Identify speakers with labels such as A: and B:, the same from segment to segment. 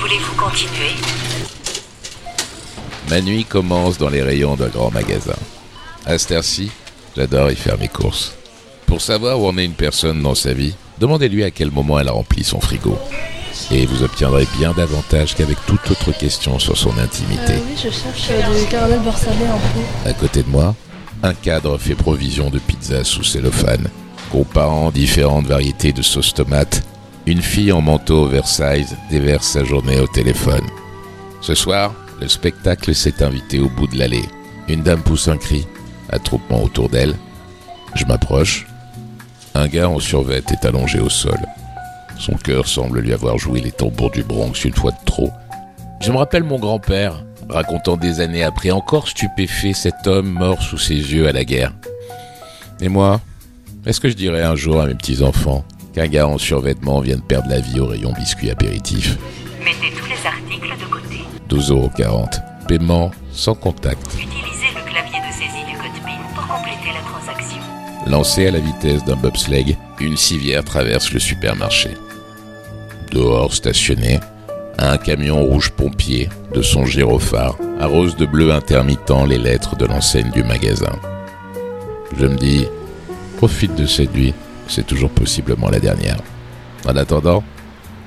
A: Voulez-vous continuer
B: Ma nuit commence dans les rayons d'un grand magasin. À cette heure-ci, j'adore y faire mes courses. Pour savoir où en est une personne dans sa vie, demandez-lui à quel moment elle a rempli son frigo. Et vous obtiendrez bien davantage qu'avec toute autre question sur son intimité.
C: Euh, oui, je cherche euh, du caramel beurre salé en pot.
B: À côté de moi, un cadre fait provision de pizzas sous cellophane, comparant différentes variétés de sauce tomate. Une fille en manteau oversize déverse sa journée au téléphone. Ce soir, le spectacle s'est invité au bout de l'allée. Une dame pousse un cri, attroupement autour d'elle. Je m'approche. Un gars en survêt est allongé au sol. Son cœur semble lui avoir joué les tambours du Bronx une fois de trop. Je me rappelle mon grand-père, racontant des années après encore stupéfait cet homme mort sous ses yeux à la guerre. Et moi, est-ce que je dirais un jour à mes petits-enfants qu'un gars en survêtement vient de perdre la vie au rayon biscuit apéritif
A: Mettez tous les articles de côté.
B: 12,40€. Paiement sans contact.
A: Utilisez le clavier de saisie du code PIN pour compléter la transaction.
B: Lancée à la vitesse d'un bobsleigh, une civière traverse le supermarché. Dehors, stationné, un camion rouge pompier de son gyrophare arrose de bleu intermittent les lettres de l'enseigne du magasin. Je me dis, profite de cette nuit, c'est toujours possiblement la dernière. En attendant,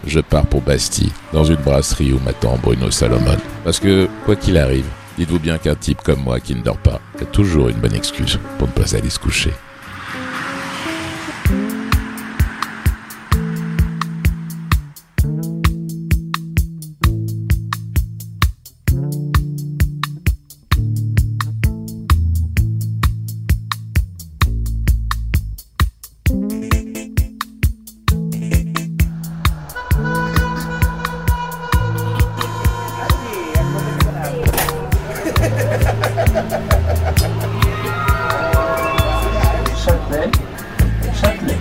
B: je pars pour Bastille, dans une brasserie où m'attend Bruno Salomon. Parce que, quoi qu'il arrive, dites-vous bien qu'un type comme moi qui ne dort pas a toujours une bonne excuse pour ne pas aller se coucher.
D: Châtelet, Châtelet.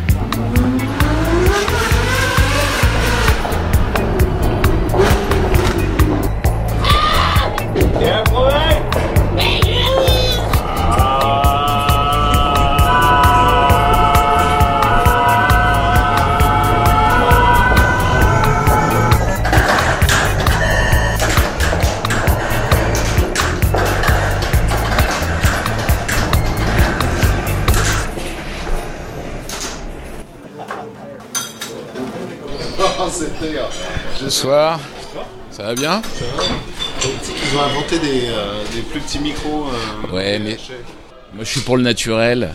D: Bien prouvé
E: Oh,
B: Ce soir, ça va bien
E: Ils ont inventé des, euh, des plus petits micros. euh,
B: Ouais, mais-
E: chez-
B: Moi, je suis pour le naturel,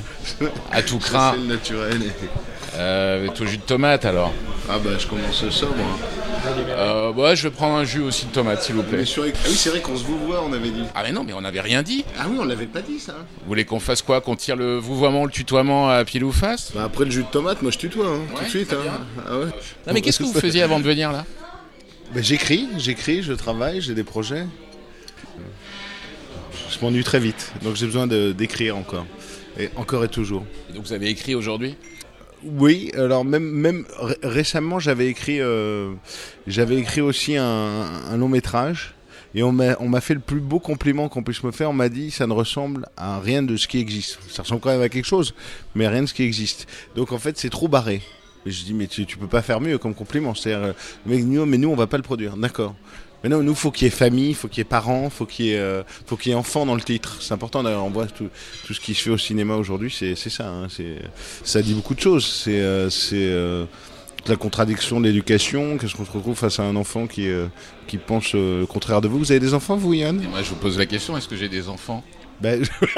B: à tout craint.
E: C'est le naturel. et-
B: Euh, tout jus de tomate alors.
E: Ah bah je commence sobre. hein.
B: Euh, ouais, je vais prendre un jus aussi de tomate, s'il vous
E: Mais
B: plaît.
E: sur- Ah oui, c'est vrai qu'on se vous voit, on avait dit.
B: Ah mais non, mais on n'avait rien dit.
E: Ah oui, on l'avait pas dit ça.
B: Vous voulez qu'on fasse quoi Qu'on tire le vouvoiement, le tutoiement à pile ou face
E: Bah après le jus de tomate, moi je tutoie hein, tout
B: Ouais,
E: de suite.
B: très
E: hein.
B: bien.
E: Ah ouais.
B: Non mais qu'est-ce que vous faisiez avant de venir là
E: Bah, J'écris, j'écris, je travaille, j'ai des projets. Je m'ennuie très vite, donc j'ai besoin de- d'écrire encore. Et encore et toujours.
B: Et Donc vous avez écrit aujourd'hui
E: Oui, alors même, même ré- récemment, j'avais écrit, euh, j'avais écrit aussi un, un long métrage. Et on m'a on m'a fait le plus beau compliment qu'on puisse me faire. On m'a dit, ça ne ressemble à rien de ce qui existe. Ça ressemble quand même à quelque chose, mais rien de ce qui existe. Donc en fait, c'est trop barré. Et je dis, mais tu, tu peux pas faire mieux comme compliment. C'est-à-dire, euh, le mec dit, non, mais nous, on va pas le produire. D'accord. Mais non, nous, faut qu'il y ait famille, faut qu'il y ait parents, faut qu'il y ait, euh, faut qu'il y ait enfants dans le titre. C'est important. D'ailleurs, on voit tout, tout ce qui se fait au cinéma aujourd'hui, c'est c'est ça. hein, c'est ça dit beaucoup de choses. C'est euh, c'est, euh, la contradiction de l'éducation. Qu'est-ce qu'on se retrouve face à un enfant qui, euh, qui pense euh, le contraire de vous Vous avez des enfants, vous, Yann
B: Et Moi je vous pose la question, est-ce que j'ai des enfants
E: Ben,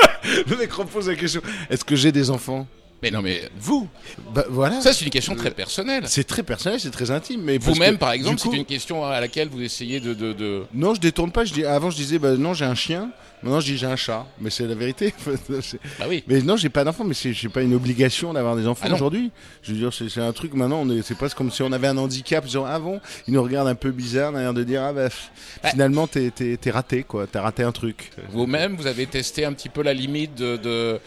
E: Le mec repose la question. Est-ce que j'ai des enfants
B: Mais non mais vous
E: Bah voilà.
B: Ça c'est une question très personnelle.
E: C'est très personnel, c'est très intime. mais parce
B: Vous-même
E: que,
B: par
E: du
B: exemple,
E: coup-
B: c'est une question à laquelle vous essayez de... de, de-
E: Non, je détourne pas. Je dis... Avant, je disais, bah, non, j'ai un chien. Maintenant, je dis, j'ai un chat. Mais c'est la vérité. C'est-
B: Bah oui.
E: Mais non, j'ai pas d'enfants, mais c'est j'ai pas une obligation d'avoir des enfants
B: Ah non.
E: aujourd'hui. Je veux dire, c'est c'est un truc maintenant, on est- c'est presque comme si on avait un handicap. Genre avant, ils nous regardent un peu bizarre, on a l'air de dire ah bah, pff,
B: Ouais.
E: finalement t'es t'es- t'es raté quoi, t'as raté un truc.
B: Vous-même, vous avez testé un petit peu la limite de... de-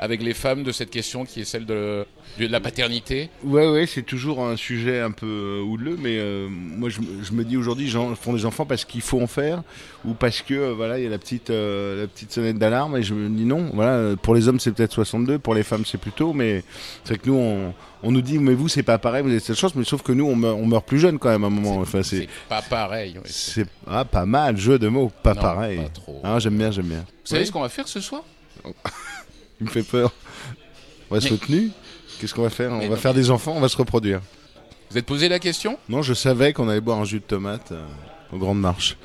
B: avec les femmes de cette question qui est celle de, de la paternité.
E: Ouais, ouais, c'est toujours un sujet un peu euh, houleux, mais euh, moi je, me- je me dis aujourd'hui, j'en font des enfants parce qu'il faut en faire ou parce que euh, voilà, il y a la petite euh, la petite sonnette d'alarme et je me dis non, voilà, euh, pour les hommes c'est peut-être 62, pour les femmes c'est plus tôt, mais c'est vrai que nous on, on nous dit mais vous c'est pas pareil, vous avez cette chance, mais sauf que nous on meurt, on meurt plus jeune quand même à un moment. Enfin Ah, c'est
B: C'est pas pareil. ouais.
E: c'est ah, pas mal jeu de mots, pas
B: Non,
E: pareil.
B: pas trop.
E: Ah, j'aime bien, j'aime bien.
B: Vous savez
E: Oui,
B: ce qu'on va faire ce soir
E: il me fait peur. On va se
B: Mais-
E: retenir. Qu'est-ce qu'on va faire On
B: Mais
E: va
B: non,
E: faire des enfants, on va se reproduire.
B: Vous êtes posé la question
E: Non, je savais qu'on allait boire un jus de tomate euh, aux grandes marches.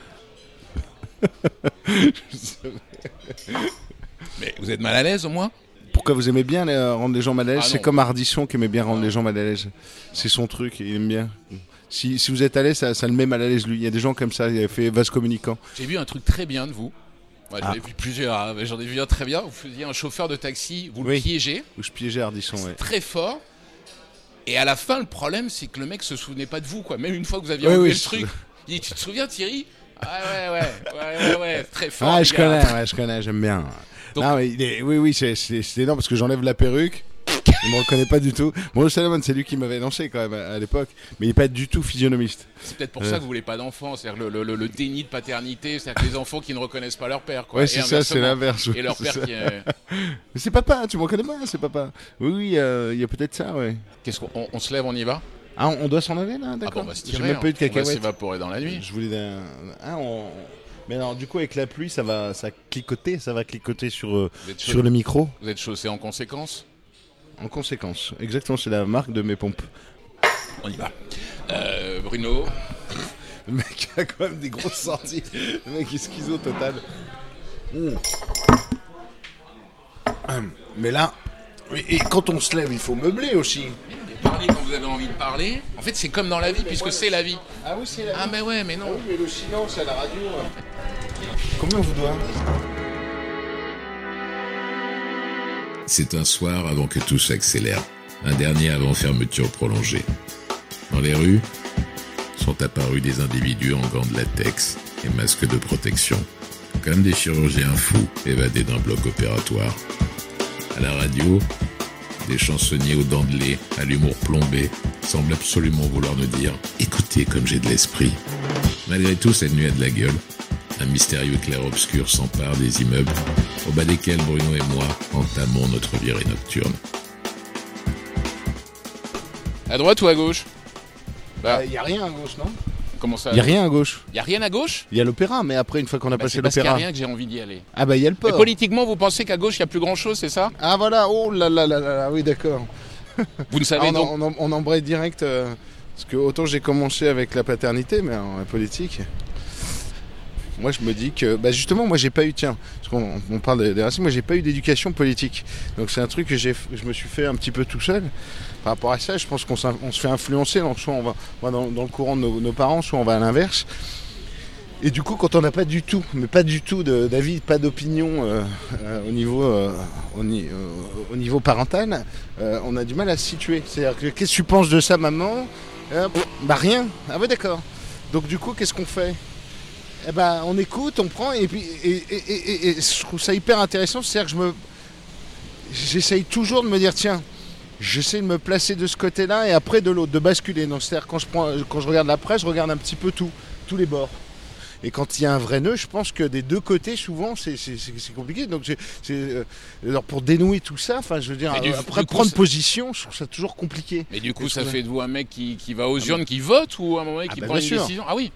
B: Mais vous êtes mal à l'aise au moins
E: Pourquoi vous aimez bien euh, rendre les gens mal à l'aise
B: Ah
E: C'est
B: non.
E: comme Ardisson qui aimait bien rendre les gens mal à l'aise. C'est son truc, il aime bien. Si, si vous êtes à l'aise, ça, ça le met mal à l'aise lui. Il y a des gens comme ça, il a fait vase communicant.
B: J'ai vu un truc très bien de vous. Moi, j'en ai
E: Ah.
B: vu plusieurs, hein, mais j'en ai vu un très bien. Vous faisiez un chauffeur de taxi, vous le
E: Oui.
B: piégez,
E: Où je piégeais Ardisson, ouais.
B: très fort. Et à la fin, le problème, c'est que le mec se souvenait pas de vous, quoi. Même une fois que vous aviez
E: Oui,
B: enlevé
E: oui,
B: le
E: je-
B: truc, il dit Tu te souviens, Thierry Ah ouais, ouais, ouais, ouais, ouais, très fort.
E: Ah,
B: les
E: je
B: gars.
E: connais, ouais, je connais, j'aime bien.
B: Donc-
E: Non, mais il est- oui, oui, c'est- c'est c'est énorme parce que j'enlève la perruque. Il me reconnaît pas du tout. Bon, le Salomon, c'est lui qui m'avait lancé quand même à, à l'époque, mais il est pas du tout physionomiste.
B: C'est peut-être pour ça que vous voulez pas d'enfants, c'est-à-dire le, le- le- le déni de paternité, c'est-à-dire que les enfants qui ne reconnaissent pas leur père, quoi.
E: Ouais,
B: Et
E: c'est ça, c'est
B: inversement.
E: l'inverse. ouais,
B: Et leur
E: c'est
B: père
E: ça.
B: qui est-
E: Mais c'est papa, tu me reconnais pas, c'est papa. Oui, oui, euh, il y a peut-être ça, ouais.
B: Qu'est-ce qu'on on- on se lève, on y va
E: Ah, on on doit s'en aller là,
B: Ah bon,
E: d'accord.
B: on va se
E: J'ai
B: tirer.
E: même
B: hein.
E: pas eu de
B: on va
E: cacahuètes.
B: s'évaporer dans la nuit.
E: Je voulais d'un. Ah, on. Mais alors, du coup, avec la pluie, ça va, ça clicoter, ça va clicoter sur euh,
B: Vous êtes,
E: sur le micro.
B: vous êtes chaussés en conséquence
E: En conséquence, exactement, c'est la marque de mes pompes.
B: On y va. Euh, Bruno,
E: Le mec a quand même des grosses sorties. Le mec est schizo total. Mm. Hum, Mais là, et et quand on se lève, il faut meubler aussi.
B: parlez quand vous avez envie de parler. En fait, c'est comme dans la vie, puisque c'est la vie.
E: Ah oui, c'est la.
B: Ah, mais ouais, mais non.
E: mais le silence à la radio. hein. Combien on vous doit
B: C'est un soir avant que tout s'accélère. Un dernier avant fermeture prolongée. Dans les rues, sont apparus des individus en gants de latex et masques de protection, comme des chirurgiens fous évadés d'un bloc opératoire. À la radio, des chansonniers aux dents de lait, à l'humour plombé, semblent absolument vouloir nous dire Écoutez comme j'ai de l'esprit. Malgré tout, cette nuit a de la gueule. Un mystérieux clair-obscur s'empare des immeubles, au bas desquels Bruno et moi entamons notre virée nocturne. À droite ou à gauche Ah.
E: Il Euh, y a rien à gauche, non
B: Comment ça
E: Il y a rien à gauche.
B: Y a rien à gauche
E: Il y a l'opéra, mais après, une fois qu'on a
B: Bah,
E: passé
B: C'est parce qu'il n'y a
E: l'opéra.
B: rien que j'ai envie d'y aller.
E: Ah bah il y a le
B: Mais
E: port.
B: politiquement, vous pensez qu'à gauche, il n'y a plus grand-chose, c'est ça
E: Ah voilà, oh là là là là, là, oui d'accord.
B: Vous ne
E: Ah,
B: savez
E: on,
B: donc...
E: en- on en- on embraye direct, euh, parce que autant j'ai commencé avec la paternité, mais en politique... Moi je me dis que, bah justement moi j'ai pas eu, tiens, parce qu'on on parle des- des racines, moi j'ai pas eu d'éducation politique. Donc c'est un truc que j'ai, je me suis fait un petit peu tout seul. Par rapport à ça, je pense qu'on s'in- on se fait influencer, donc soit on va, on va dans, dans le courant de nos, nos parents, soit on va à l'inverse. Et du coup quand on n'a pas du tout, mais pas du tout de- d'avis, pas d'opinion euh, euh, au, niveau, euh, au, ni- euh, au niveau parental, euh, on a du mal à se situer. C'est-à-dire que qu'est-ce que tu penses de ça, maman Euh, pff, Bah rien. Ah ouais, d'accord. Donc du coup, qu'est-ce qu'on fait Eh ben, on écoute, on prend, et puis et, et- et- et- et je trouve ça hyper intéressant. C'est-à-dire que je me, j'essaye toujours de me dire tiens. J'essaie de me placer de ce côté-là et après de l'autre, de basculer. Donc, c'est-à-dire quand je prends, quand je regarde la presse, je regarde un petit peu tout, tous les bords. Et quand il y a un vrai nœud, je pense que des deux côtés, souvent, c'est c'est- c'est- c'est compliqué. Donc, c'est- c'est, euh, alors pour dénouer tout ça, enfin, je veux dire,
B: Mais du-
E: euh, après
B: du coup,
E: prendre
B: ça-
E: position, je trouve ça toujours compliqué.
B: Mais du coup,
E: Qu'est-ce
B: ça
E: qu'on a
B: fait de vous un mec qui, qui va aux urnes, qui vote, ou à un moment donné,
E: Ah
B: qui
E: bah,
B: prend
E: bien
B: une
E: sûr.
B: décision Ah oui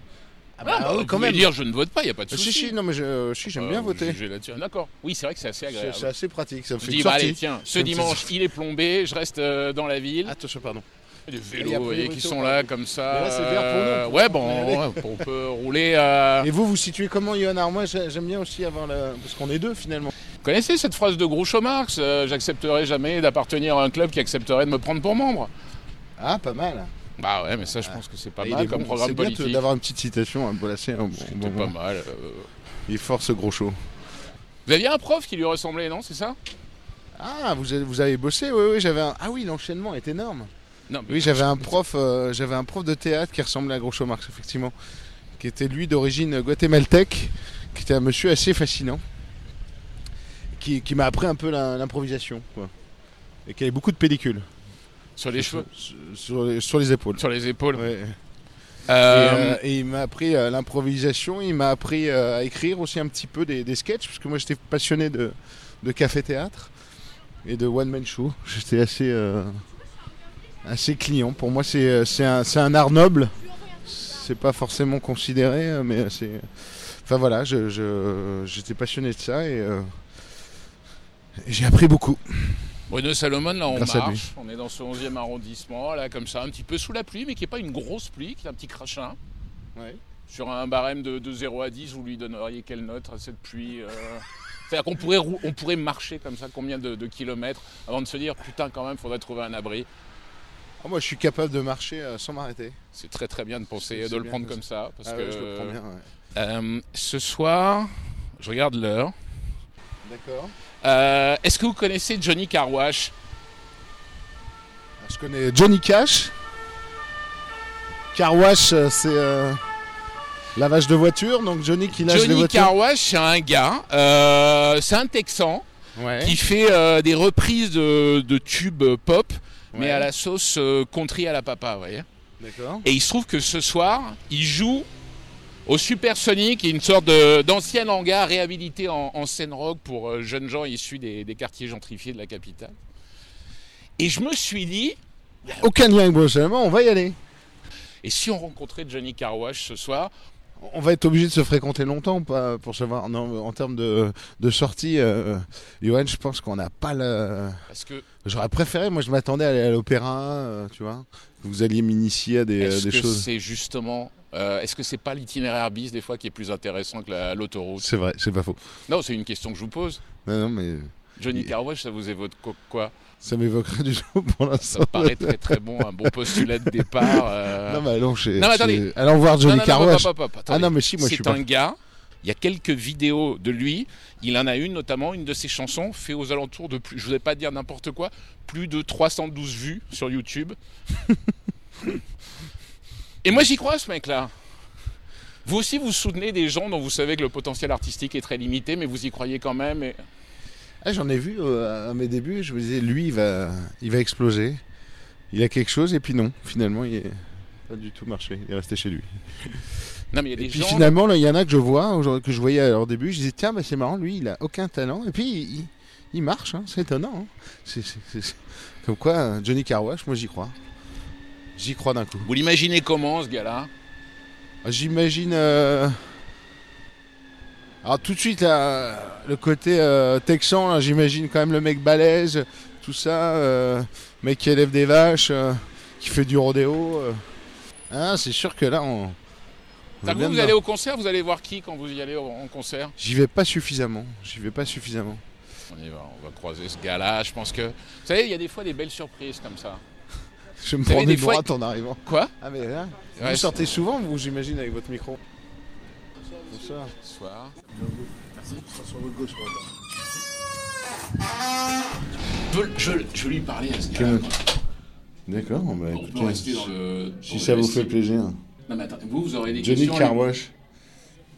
E: Ah
B: Ah, bah, vous pouvez dire je ne vote pas, il n'y a pas de
E: Bah, Si,
B: souci.
E: si, non, mais je, euh, si, j'aime
B: Euh,
E: bien
B: vous
E: voter.
B: jugez là-dessus. D'accord. Oui, c'est vrai que c'est assez
E: C'est
B: agréable.
E: c'est assez pratique, ça me
B: Je
E: fait
B: dis,
E: une
B: bah,
E: sortie.
B: allez, tiens, ce
E: Une petite
B: dimanche,
E: sortie. Ah,
B: il est plombé, je reste euh, dans la ville.
E: Attention, pardon.
B: Les
E: il y a
B: vélos, vous voyez, qui
E: priorité
B: sont
E: au
B: là,
E: parc.
B: comme ça.
E: Mais là, c'est vert pour nous,
B: euh,
E: on peut
B: Ouais,
E: y
B: bon,
E: aller.
B: ouais, on peut rouler. euh,
E: Et vous, vous situez comment, Johan Alors moi, j'ai- j'aime bien aussi avoir la... Parce qu'on est deux, finalement.
B: Vous connaissez cette phrase de Groucho Marx euh, J'accepterai jamais d'appartenir à un club qui accepterait de me prendre pour membre.
E: Ah, pas mal.
B: Bah ouais, mais ça, je pense que c'est pas
E: Et Ah. il
B: mal
E: est
B: comme
E: bon.
B: programme
E: C'est bien de-
B: politique.
E: d'avoir une petite citation à Boulassé. hein, bon,
B: C'était
E: bon,
B: pas
E: bon.
B: mal. euh.
E: Il est fort, ce gros show.
B: Vous aviez un prof qui lui ressemblait, non C'est ça
E: Ah, vous avez, vous avez bossé Oui, oui, j'avais un... Ah oui, l'enchaînement est énorme.
B: Non, mais
E: Oui, j'avais un prof, euh, j'avais un prof de théâtre qui ressemblait à Groucho Marx, effectivement, qui était lui d'origine guatémaltèque, qui était un monsieur assez fascinant, qui, qui m'a appris un peu la- l'improvisation, quoi. Et qui avait beaucoup de pellicule.
B: Sur les cheveux,
E: Sur, sur les, sur les épaules.
B: sur les épaules.
E: Ouais.
B: Euh,
E: Et, euh, et il m'a appris euh, l'improvisation, il m'a appris euh, à écrire aussi un petit peu des, des sketchs, parce que moi j'étais passionné de, de café-théâtre et de one-man show. J'étais assez, euh, assez client. Pour moi, c'est, euh, c'est, un, c'est un art noble. C'est pas forcément considéré, euh, mais c'est. Enfin voilà, je, je- j'étais passionné de ça et. euh, et j'ai appris beaucoup.
B: Bruno Salomon, là on
E: Grâce à lui.
B: marche, on est dans ce 11e arrondissement, là comme ça, un petit peu sous la pluie, mais qui n'est pas une grosse pluie, qui est un petit crachin. Sur un barème de, de 0 à 10, vous lui donneriez quelle note à cette pluie euh C'est-à-dire qu'on pourrait, rou- on pourrait marcher comme ça combien de, de kilomètres avant de se dire putain quand même faudrait trouver un abri.
E: Ah, moi, je suis capable de marcher euh, sans m'arrêter.
B: C'est très très bien de
E: C'est-
B: penser, de
E: c'est
B: le
E: bien
B: prendre
E: comme
B: comme ça. Parce
E: Ah
B: que
E: ouais, je le prends bien. ouais.
B: euh, ce soir, je regarde l'heure.
E: D'accord.
B: Euh, Est-ce que vous connaissez Johnny Carwash
E: Alors, Je connais Johnny Cash. Car Wash, euh, c'est euh, lavage de voiture. Donc Johnny qui lave les
B: Johnny
E: voitures.
B: Carwash, c'est un gars, euh, c'est un Texan.
E: Ouais.
B: qui fait euh, des reprises de, de tubes euh, pop, mais
E: Ouais.
B: à la sauce euh, country à la papa, vous voyez.
E: D'accord.
B: Et il se trouve que ce soir, il joue au Supersonic, qui est une sorte de- d'ancien hangar réhabilité en, en scène rock pour euh, jeunes gens issus des, des quartiers gentrifiés de la capitale. Et je me suis dit,
E: Aucun lien avec Bruxelles, on va y aller.
B: et si on rencontrait Johnny Carwash ce soir
E: On va être obligé de se fréquenter longtemps pas, pour savoir. Non, en termes de, de sortie, euh, Johan, je pense qu'on n'a pas le.
B: Parce que
E: J'aurais préféré, moi je m'attendais à aller à l'opéra, euh, tu vois. que Vous alliez m'initier à des, euh,
B: est-ce
E: des
B: que
E: choses.
B: c'est justement, euh, est-ce que c'est pas l'itinéraire bis des fois qui est plus intéressant que la- l'autoroute
E: C'est vrai, c'est pas faux.
B: Non, c'est une question que je vous pose.
E: Non, non, mais
B: Johnny
E: Il-
B: Carwash, ça vous évoque co- quoi
E: ça m'évoquerait du tout pour
B: Ça
E: l'instant.
B: me paraît très très bon, un bon postulat de départ. euh.
E: Non, mais allons chez.
B: Non, mais
E: chez-
B: attendez.
E: Allons voir
B: Non, non,
E: Johnny
B: non,
E: Car
B: non,
E: Wash.
B: pas, pas, pas,
E: Ah
B: attendez.
E: non, mais si, moi je suis
B: C'est
E: pas.
B: un gars, il y a quelques vidéos de lui, il en a une notamment, une de ses chansons, fait aux alentours de plus, je voudrais pas dire n'importe quoi, plus de 312 vues sur YouTube. Et moi j'y crois ce mec-là. Vous aussi vous soutenez des gens dont vous savez que le potentiel artistique est très limité, mais vous y croyez quand même. et-
E: Ah, j'en ai vu euh, à mes débuts, je me disais, lui, il va, il va exploser. Il a quelque chose, et puis non, finalement, il est pas du tout marché. Il est resté chez lui.
B: Non mais il y a
E: Et
B: des
E: puis
B: gens...
E: finalement, là, il y en a que je vois, aujourd'hui, que je voyais à leur début, je disais, tiens, bah, c'est marrant, lui, il a aucun talent. Et puis, il, il- il marche, hein, c'est étonnant. hein. C'est- c'est- c'est- c'est- Comme quoi, euh, Johnny Carwash, moi, j'y crois. J'y crois d'un coup.
B: Vous l'imaginez comment ce gars-là
E: J'imagine. euh, Alors tout de suite, là, le côté euh, texan, là, j'imagine quand même le mec balèze, tout ça, euh, mec qui élève des vaches, euh, qui fait du rodéo. euh. Ah, c'est sûr que là, on. on
B: Ça
E: est
B: vous,
E: bien
B: vous
E: dedans.
B: allez au concert, vous allez voir qui quand vous y allez au- en concert
E: J'y vais pas suffisamment. J'y vais pas suffisamment.
B: On y va, on va croiser ce gars-là. Je pense que. Vous savez, il y a des fois des belles surprises comme ça.
E: Je vais me
B: savez,
E: prends des
B: des fois,
E: droites en arrivant.
B: Quoi
E: Ah mais là,
B: Ouais,
E: vous sortez souvent, vous j'imagine, avec votre micro. Bonsoir.
B: Bonsoir. Je, veux- je veux lui parler à ce gars-là. quoi.
E: D'accord, bah,
B: On peut rester dans le. dans
E: si
B: le
E: ça vous fait
B: vestibule.
E: plaisir.
B: Non, mais attendez, vous, vous aurez des
E: Johnny
B: questions.
E: Carwash.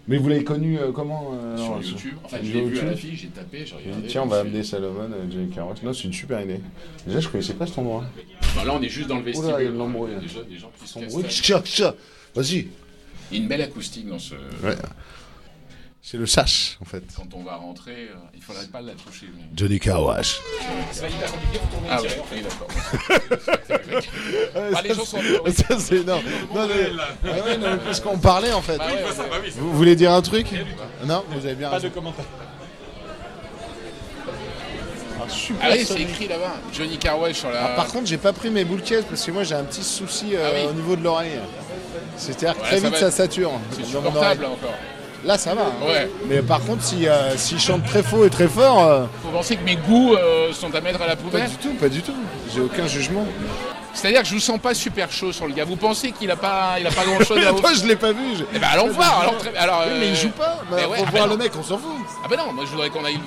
E: Mais vous l'avez connu euh, comment euh,
B: Sur
E: alors,
B: YouTube. Enfin,
E: sur
B: je l'ai vu à
E: YouTube
B: l'affiche, j'ai tapé, j'ai
E: J'ai dit,
B: regardé.
E: Tiens, on va
B: je me suis
E: amener Salomon, euh, Johnny Carwash. Non, c'est une super idée. Déjà, je connaissais pas cet endroit.
B: dit- Bah, là, on est juste dans le vestibule.
E: il y a de l'embrouille,
B: Il y a
E: là.
B: déjà des gens qui se
E: Ton
B: cassent
E: bruit,
B: la-
E: tcha, tcha. Vas-y.
B: Il y a une belle acoustique dans ce.
E: Ouais. C'est le sas, en fait.
B: Quand on va rentrer, euh, il faudrait pas la toucher. mais-
E: Johnny Carwash.
B: Ah ouais, oui, d'accord. Ah, les gens sont autorisés.
E: Ça, c'est énorme. Non, mais... Ouais, ouais, non, mais parce qu'on parlait, en fait.
B: Ah Bah ouais, ouais, ouais.
E: Vous voulez dire un truc Non, vous avez bien raison.
B: Ah oui, c'est écrit là-bas. Johnny Carwash sur la.
E: Ah, par contre, j'ai pas pris mes boules de caisse parce que moi j'ai un petit souci euh,
B: Ah oui.
E: au niveau de l'oreille. C'est-à-dire que
B: Ouais,
E: très
B: ça
E: vite
B: va
E: ça
B: être-
E: sature.
B: c'est
E: dans mon oreille.
B: supportable là, encore.
E: Là ça va. hein.
B: Ouais.
E: Mais par contre, si, euh, s'il chante très faux et très fort, euh,
B: Vous pensez que mes goûts euh, sont à mettre à la
E: pas
B: poubelle
E: du tout, pas du tout. J'ai aucun jugement.
B: C'est-à-dire que je vous sens pas super chaud sur le gars. Vous pensez qu'il a pas, il a pas grand-chose à vous
E: Toi, je l'ai pas vu. j'ai-
B: Eh ben allons voir. Alors, très- alors,
E: Oui, mais
B: euh,
E: il joue pas. Bah,
B: mais ouais,
E: faut
B: ah,
E: voir
B: ben
E: le
B: non.
E: mec, on s'en fout.
B: Ah ben non, moi je voudrais qu'on aille.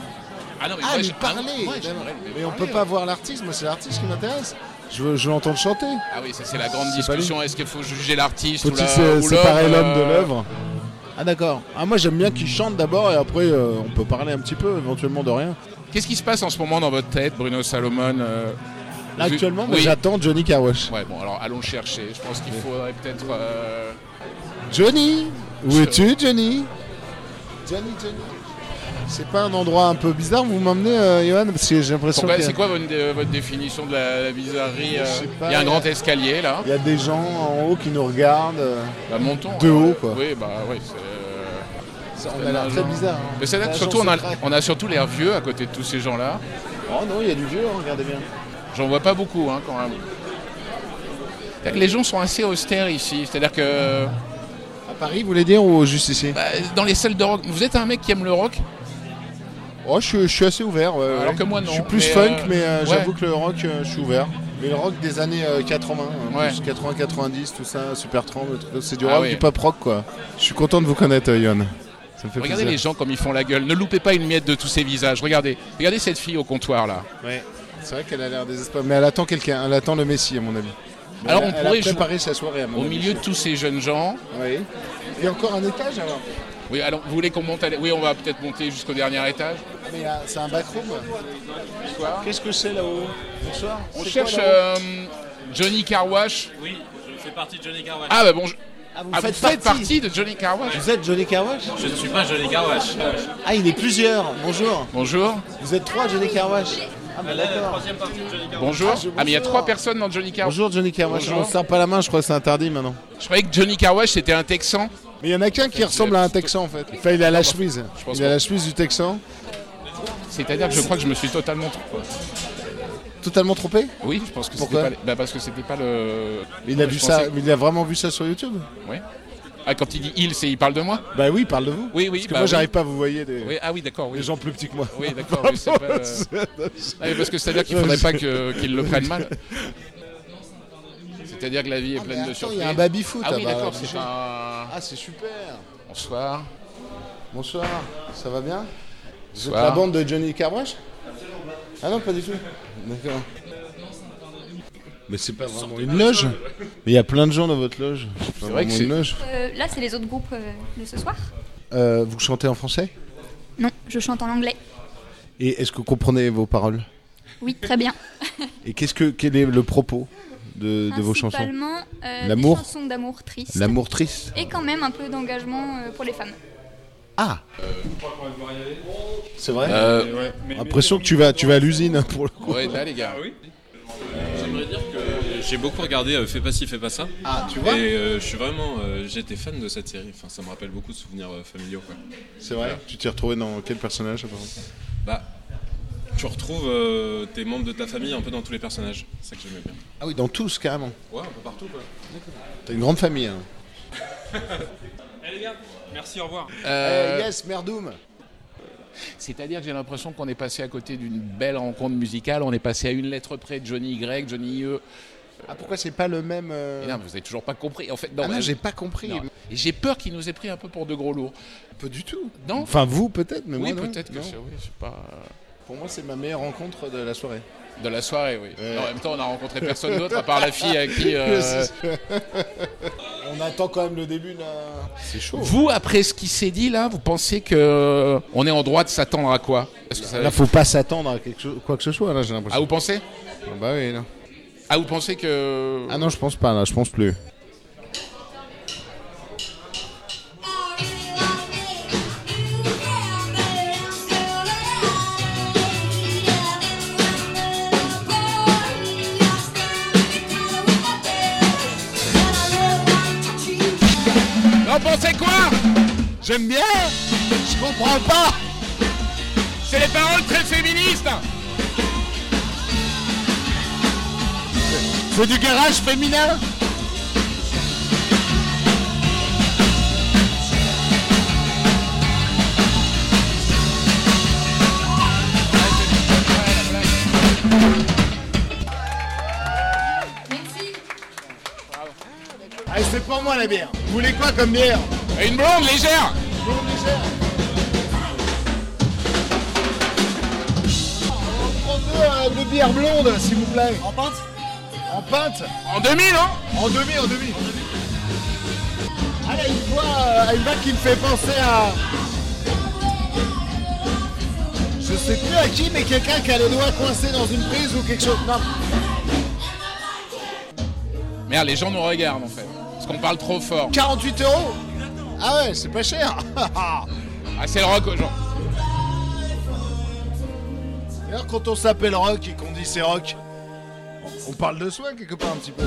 B: Ah non, mais
E: Ah,
B: moi,
E: mais
B: je-
E: parler.
B: ah, moi,
E: évidemment.
B: j'aimerais le
E: mais on
B: parler,
E: peut pas voir l'artiste. Moi, c'est l'artiste qui m'intéresse. Je veux, je veux l'entendre chanter.
B: Ah oui, ça c'est la grande
E: C'est pas lui.
B: discussion. Est-ce qu'il faut juger l'artiste ou
E: Faut-il
B: la-
E: sé-
B: ou
E: séparer l'homme de
B: euh,
E: l'œuvre Ah d'accord. Ah moi j'aime bien qu'ils chantent d'abord et après euh, on peut parler un petit peu éventuellement de rien.
B: Qu'est-ce qui se passe en ce moment dans votre tête, Bruno Salomon euh,
E: Là
B: vous-
E: actuellement moi,
B: oui.
E: j'attends Johnny Cawash.
B: Ouais, bon, alors allons le chercher. Je pense qu'il faudrait peut-être. euh,
E: Johnny Où
B: Je-
E: es-tu Johnny Johnny Johnny C'est pas un endroit un peu bizarre vous m'emmenez euh, Johan Parce que j'ai l'impression
B: pourquoi-
E: qu'il y a-
B: bah, C'est quoi votre, dé- votre définition de la, la bizarrerie
E: Je
B: euh
E: sais pas,
B: Il y a un
E: il y a-
B: grand escalier là.
E: il y a des gens en haut qui nous regardent. euh,
B: Bah, montons.
E: De
B: alors.
E: haut, quoi.
B: Oui, bah oui. c'est, euh,
E: ça- on a l'air très
B: L'agent.
E: bizarre. hein.
B: Mais c'est là que
E: L'agent
B: surtout on a,
E: secret.
B: on a surtout l'air vieux à côté de tous ces gens-là.
E: Oh non, il y a du vieux, hein, regardez bien.
B: J'en vois pas beaucoup hein, quand même. C'est-à-dire que Les gens sont assez austères ici. C'est-à-dire que
E: À Paris, vous voulez dire ou juste ici
B: bah, dans les salles de rock, vous êtes un mec qui aime le rock
E: Oh, je, suis- je suis assez ouvert. ouais,
B: Alors
E: ouais.
B: que moi, non,
E: Je suis plus
B: mais,
E: funk,
B: euh,
E: mais euh,
B: ouais.
E: j'avoue que le rock, euh, je suis ouvert. Mais le rock des années euh, 80, hein,
B: Ouais.
E: plus 80, 90, tout ça, Super 30, le truc, c'est du
B: Ah
E: rock,
B: oui.
E: du pop rock, quoi. Je suis content de vous connaître, euh, Yon. Ça me fait
B: Regardez les
E: plaisir.
B: gens comme ils font la gueule. Ne loupez pas une miette de tous ces visages. Regardez, regardez cette fille au comptoir là.
E: Ouais. C'est vrai qu'elle a l'air désespérée, mais elle attend quelqu'un, elle attend le Messi, à mon avis. Mais
B: Alors,
E: elle,
B: on
E: a- elle
B: pourrait
E: a préparé sa soirée, à mon
B: Au
E: avis,
B: milieu de
E: je-
B: tous ces jeunes gens.
E: Oui. Il y a encore un étage, alors
B: Oui, alors vous voulez qu'on monte à l'- Oui, on va peut-être monter jusqu'au dernier étage.
E: Mais euh, c'est un backroom Qu'est-ce que c'est là-haut Bonsoir.
B: On
E: C'est
B: cherche
E: quoi, là-haut
B: euh, Johnny Carwash.
F: Oui, je fais partie de Johnny Garwash.
B: Ah bah bon, je-
G: Ah, vous
B: ah,
G: faites
B: vous faites
G: partie.
B: partie de Johnny Carwash.
G: Vous êtes Johnny Carwash
F: Je ne suis pas Johnny Garwash. Euh,
G: Ah, il est plusieurs. Bonjour.
B: Bonjour.
G: Vous êtes trois Johnny Carwash Ah,
E: bah,
G: mais d'accord.
F: Troisième partie de Johnny Garwash.
B: Bonjour.
G: Ah, je-
B: Ah mais il y a
G: bonjour.
B: trois personnes dans Johnny Carwash.
E: Bonjour Johnny Carwash,
B: Bonjour.
E: on se serre pas la main, je crois que c'est interdit maintenant.
B: Je croyais que Johnny Carwash c'était un Texan.
E: Mais il y en a qu'un qui ressemble à un Texan en fait. Enfin, il a la chemise.
B: pense
E: Il a la chemise du Texan.
B: C'est-à-dire que je crois que je me suis totalement trompé.
E: Totalement trompé
B: Oui, je pense que c'était
E: Pourquoi
B: pas. le- Bah parce que c'était pas le.
E: Il a
B: Je
E: vu
B: pensais
E: ça,
B: que-
E: il a vraiment vu ça sur YouTube
B: Ouais. Ah quand il dit il, c'est il parle de moi.
E: Bah oui, Ah, parle de vous.
B: Oui, oui.
E: Parce que
B: bah
E: moi
B: oui.
E: j'arrive pas à vous voyez des,
B: Oui, ah oui, d'accord.
E: des
B: Oui.
E: gens plus petits que moi.
B: Oui, d'accord. oui, c'est pas, euh, Ah, mais parce que c'est-à-dire qu'il faudrait pas que- qu'ils le prennent mal. C'est-à-dire que la vie est pleine de
E: Ah, il
B: surprises.
E: y a un baby foot.
B: ah oui, d'accord. C'est un.
E: Ah c'est super.
B: Bonsoir.
E: Bonsoir, ça va bien Vous êtes
B: Bonsoir.
E: la bande de Johnny Carwash Ah non, pas du tout. D'accord. Mais c'est pas vraiment une loge. Mais il y a plein de gens dans votre loge. C'est
B: vrai que
E: vraiment
B: c'est-
E: une loge.
H: Euh, là, c'est les autres groupes euh, de ce soir.
E: Euh, vous chantez en français
H: Non, je chante en anglais.
E: Et est-ce que vous comprenez vos paroles
H: Oui,
E: Euh,
H: très bien.
E: Et qu'est-ce que quel est le propos de, de vos chansons
H: Principalement, euh,
E: L'amour.
H: Des chansons d'amour triste.
E: L'amour triste.
H: Et quand même un peu d'engagement euh, pour les femmes.
E: Ah C'est vrai
B: Euh,
E: L'impression que tu vas tu vas à l'usine hein, pour le coup.
B: ouais, là les
E: Ah
B: gars.
F: J'aimerais dire que j'ai beaucoup regardé euh, Fais pas ci, fais pas ça.
E: Ah, tu
F: Et euh, je suis vraiment. euh, J'étais fan de cette série. Enfin, ça me rappelle beaucoup de souvenirs euh, familiaux. Quoi.
E: C'est vrai. Tu t'es retrouvé dans quel personnage par exemple
F: Bah, tu retrouves euh, tes membres de ta famille un peu dans tous les personnages. C'est ça que j'aimais bien.
E: Ah oui, dans tous carrément.
F: Ouais, un peu partout quoi.
E: T'as une grande famille. hein.
F: Eh les gars, merci, au revoir.
B: Euh,
E: Eh, yes, merdoum.
B: C'est-à-dire que j'ai l'impression qu'on est passé à côté d'une belle rencontre musicale. On est passé à une lettre près de Johnny Y, Johnny E.
E: Ah pourquoi c'est pas le même euh,
B: Mais non, mais vous n'avez toujours pas compris. En fait, non,
E: Ah non,
B: mais-
E: j'ai pas compris.
B: Non. Et J'ai peur qu'il nous ait pris un peu pour de gros lourds.
E: Pas du tout.
B: Non
E: Enfin vous peut-être, mais
B: Oui,
E: Euh, moi non.
B: peut-être que
E: Non.
B: c'est oui, je sais pas. euh,
E: Pour moi c'est ma meilleure rencontre de la soirée.
B: De la soirée, oui.
E: Ouais.
B: Non, en même temps, on n'a rencontré personne d'autre à part la fille à qui. euh,
E: On attend quand même le début là. C'est chaud.
B: Vous, après ce qui s'est dit là, vous pensez que euh, on est en droit de s'attendre à quoi Est-ce que ça-
E: Là faut pas s'attendre à quelque chose- quoi que ce soit là j'ai
B: Ah,
E: l'impression.
B: vous pensez
E: Ah bah oui non.
B: Ah, vous pensez que.
E: Ah non, je pense pas là, je pense plus.
B: Vous pensez quoi
E: J'aime bien Je comprends pas
B: C'est les paroles très féministes
E: C'est du garage féminin Allez, c'est pour moi la bière. Vous voulez quoi comme bière
B: Et Une blonde légère
E: Prendre deux, euh, deux bières blondes, s'il vous plaît. En pinte En pinte
B: En 2000, hein
E: En demi, en demi. Allez, une fois, euh, à une vague qui me fait penser à. Je sais plus à qui, mais quelqu'un qui a les doigts coincés dans une prise ou quelque chose. Non.
B: Merde, les gens nous regardent en fait. Parce qu'on parle trop fort.
E: 48 euros Ah ouais, c'est pas cher
B: Ah, c'est le rock aux gens.
E: D'ailleurs, quand on s'appelle Rock et qu'on dit c'est Rock, on parle de soi quelque part un petit peu.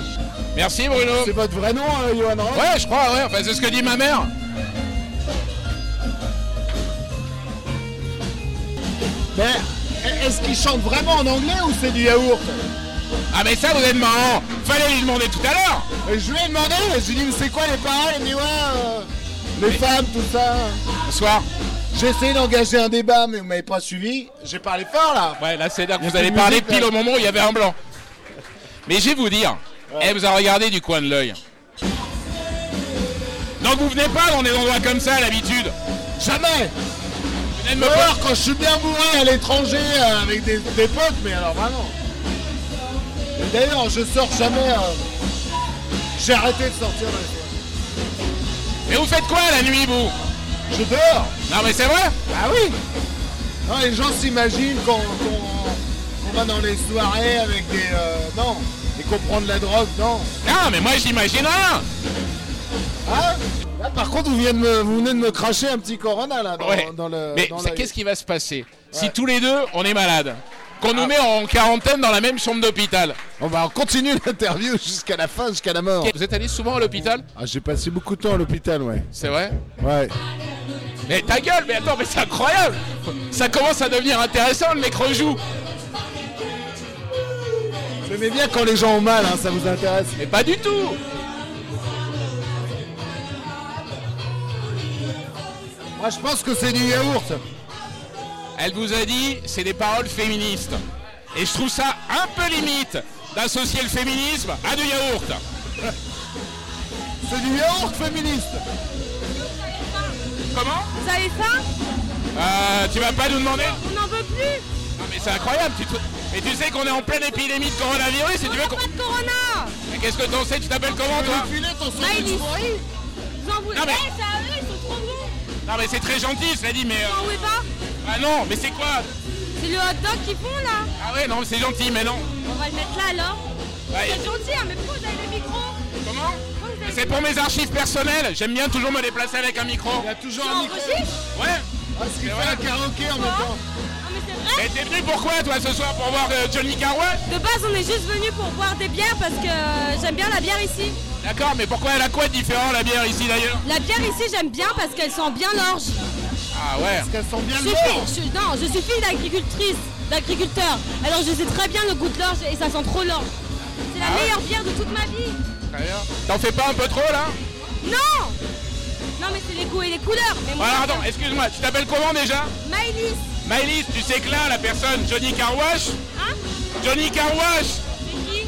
B: Merci Bruno.
E: C'est votre vrai nom, euh, Johan Rock
B: Ouais, je crois, ouais. Enfin, c'est ce que dit ma mère.
E: Mais est-ce qu'il chante vraiment en anglais ou c'est du yaourt
B: Ah, mais ça, vous êtes marrant. Fallait lui demander tout à l'heure.
E: Et Je lui ai demandé, j'ai dit mais c'est quoi les paroles Il me dit ouais, euh, les femmes, tout ça.
B: Bonsoir.
E: J'ai essayé d'engager un débat, mais vous m'avez pas suivi. J'ai parlé fort là.
B: Ouais, là, c'est là que
E: Y a
B: vous
E: pas de
B: allez parler
E: musique, là.
B: pile au moment où il y avait un blanc. Mais je vais vous dire, elle vous a regardé du coin de l'œil. Non, vous venez pas dans des endroits comme ça à l'habitude.
E: Jamais
B: Vous venez de me voir.
E: D'ailleurs, quand je suis bien bourré à l'étranger euh, avec des, des potes, mais alors vraiment. Et D'ailleurs, je sors jamais. euh, J'ai arrêté de sortir. là.
B: Mais vous faites quoi la nuit, vous
E: Je dors.
B: Non, mais c'est vrai
E: Ah oui Non, les gens s'imaginent qu'on qu'on- qu'on va dans les soirées avec des... euh, non Et qu'on prend de la drogue, non
B: Non, mais moi, j'imagine rien.
E: Hein Là, par contre, vous venez, de me, vous venez de me cracher un petit Corona, là, dans,
B: Ouais.
E: dans le...
B: mais
E: dans
B: ça,
E: l'œil.
B: qu'est-ce qui va se passer si tous les deux, on est malade Qu'on
E: Ah.
B: nous met en quarantaine dans la même chambre d'hôpital
E: On va continuer l'interview jusqu'à la fin, jusqu'à la mort.
B: Vous êtes allé souvent à l'hôpital
E: Ah, j'ai passé beaucoup de temps à l'hôpital, ouais.
B: C'est vrai
E: Ouais.
B: Mais ta gueule, mais attends, mais c'est incroyable Ça commence à devenir intéressant, le mec rejoue
E: J'aimais bien quand les gens ont mal, hein, ça vous intéresse.
B: Mais pas du tout
E: Moi, je pense que c'est du yaourt.
B: Elle vous a dit, c'est des paroles féministes. Et je trouve ça un peu limite d'associer le féminisme à du yaourt.
E: C'est du yaourt féministe.
B: Comment
I: Vous avez faim
B: euh, Tu vas pas nous demander
I: On n'en veut plus
B: Non mais c'est incroyable, tu te- Et tu sais qu'on est en pleine épidémie de coronavirus et tu veux qu'on...
I: Pas de corona
B: Mais qu'est-ce que t'en sais Tu t'appelles comment toi
I: Ah, il est pourri Vous en voulez
B: Non, mais-
I: Eh, c'est à eux, ils sont trop bons
B: Non mais c'est très gentil, cela dit, mais...
I: Vous en
B: euh,
I: voulez pas
B: Ah non, mais c'est quoi
I: C'est le hot dog qu'ils font là
B: Ah ouais, non, c'est gentil, mais non.
I: On va le mettre là alors
B: Ouais,
I: C'est gentil, hein, mais pourquoi vous avez le micro
B: Comment
I: Pourquoi vous
B: Mais
I: avez
B: C'est pour mes archives personnelles, j'aime bien toujours me déplacer avec un micro.
E: Il y a toujours
I: On
E: un micro.
I: enregistre
B: Ouais
E: Ah, ce
B: Mais
E: qu'il fait
B: voilà.
E: un karaoké en même
I: Quoi
E: temps.
I: Non mais c'est vrai
B: Et t'es venu pourquoi toi ce soir pour voir euh, Johnny Carwash
I: De base, on est juste venu pour boire des bières parce que euh, j'aime bien la bière ici.
B: D'accord, mais pourquoi elle a quoi de différent la bière ici d'ailleurs
I: La bière ici, j'aime bien parce qu'elle sent bien l'orge.
B: Ah ouais
E: Parce qu'elles sont bien
I: Je
E: le
I: suis
E: temps.
I: fille- je- non, je suis fille d'agricultrice, d'agriculteur. Alors je sais très bien le goût de l'orge et ça sent trop l'orge. C'est la
B: Ah ouais
I: meilleure bière de toute ma vie.
B: Très bien. T'en fais pas un peu trop là
I: Non Non mais c'est les goûts et les couleurs. Mais moi,
B: Alors attends, excuse-moi, tu t'appelles comment déjà
I: Maëlys,
B: Maëlys, tu sais que là la personne, Johnny Carwash
I: hein
B: Johnny Carwash
I: C'est qui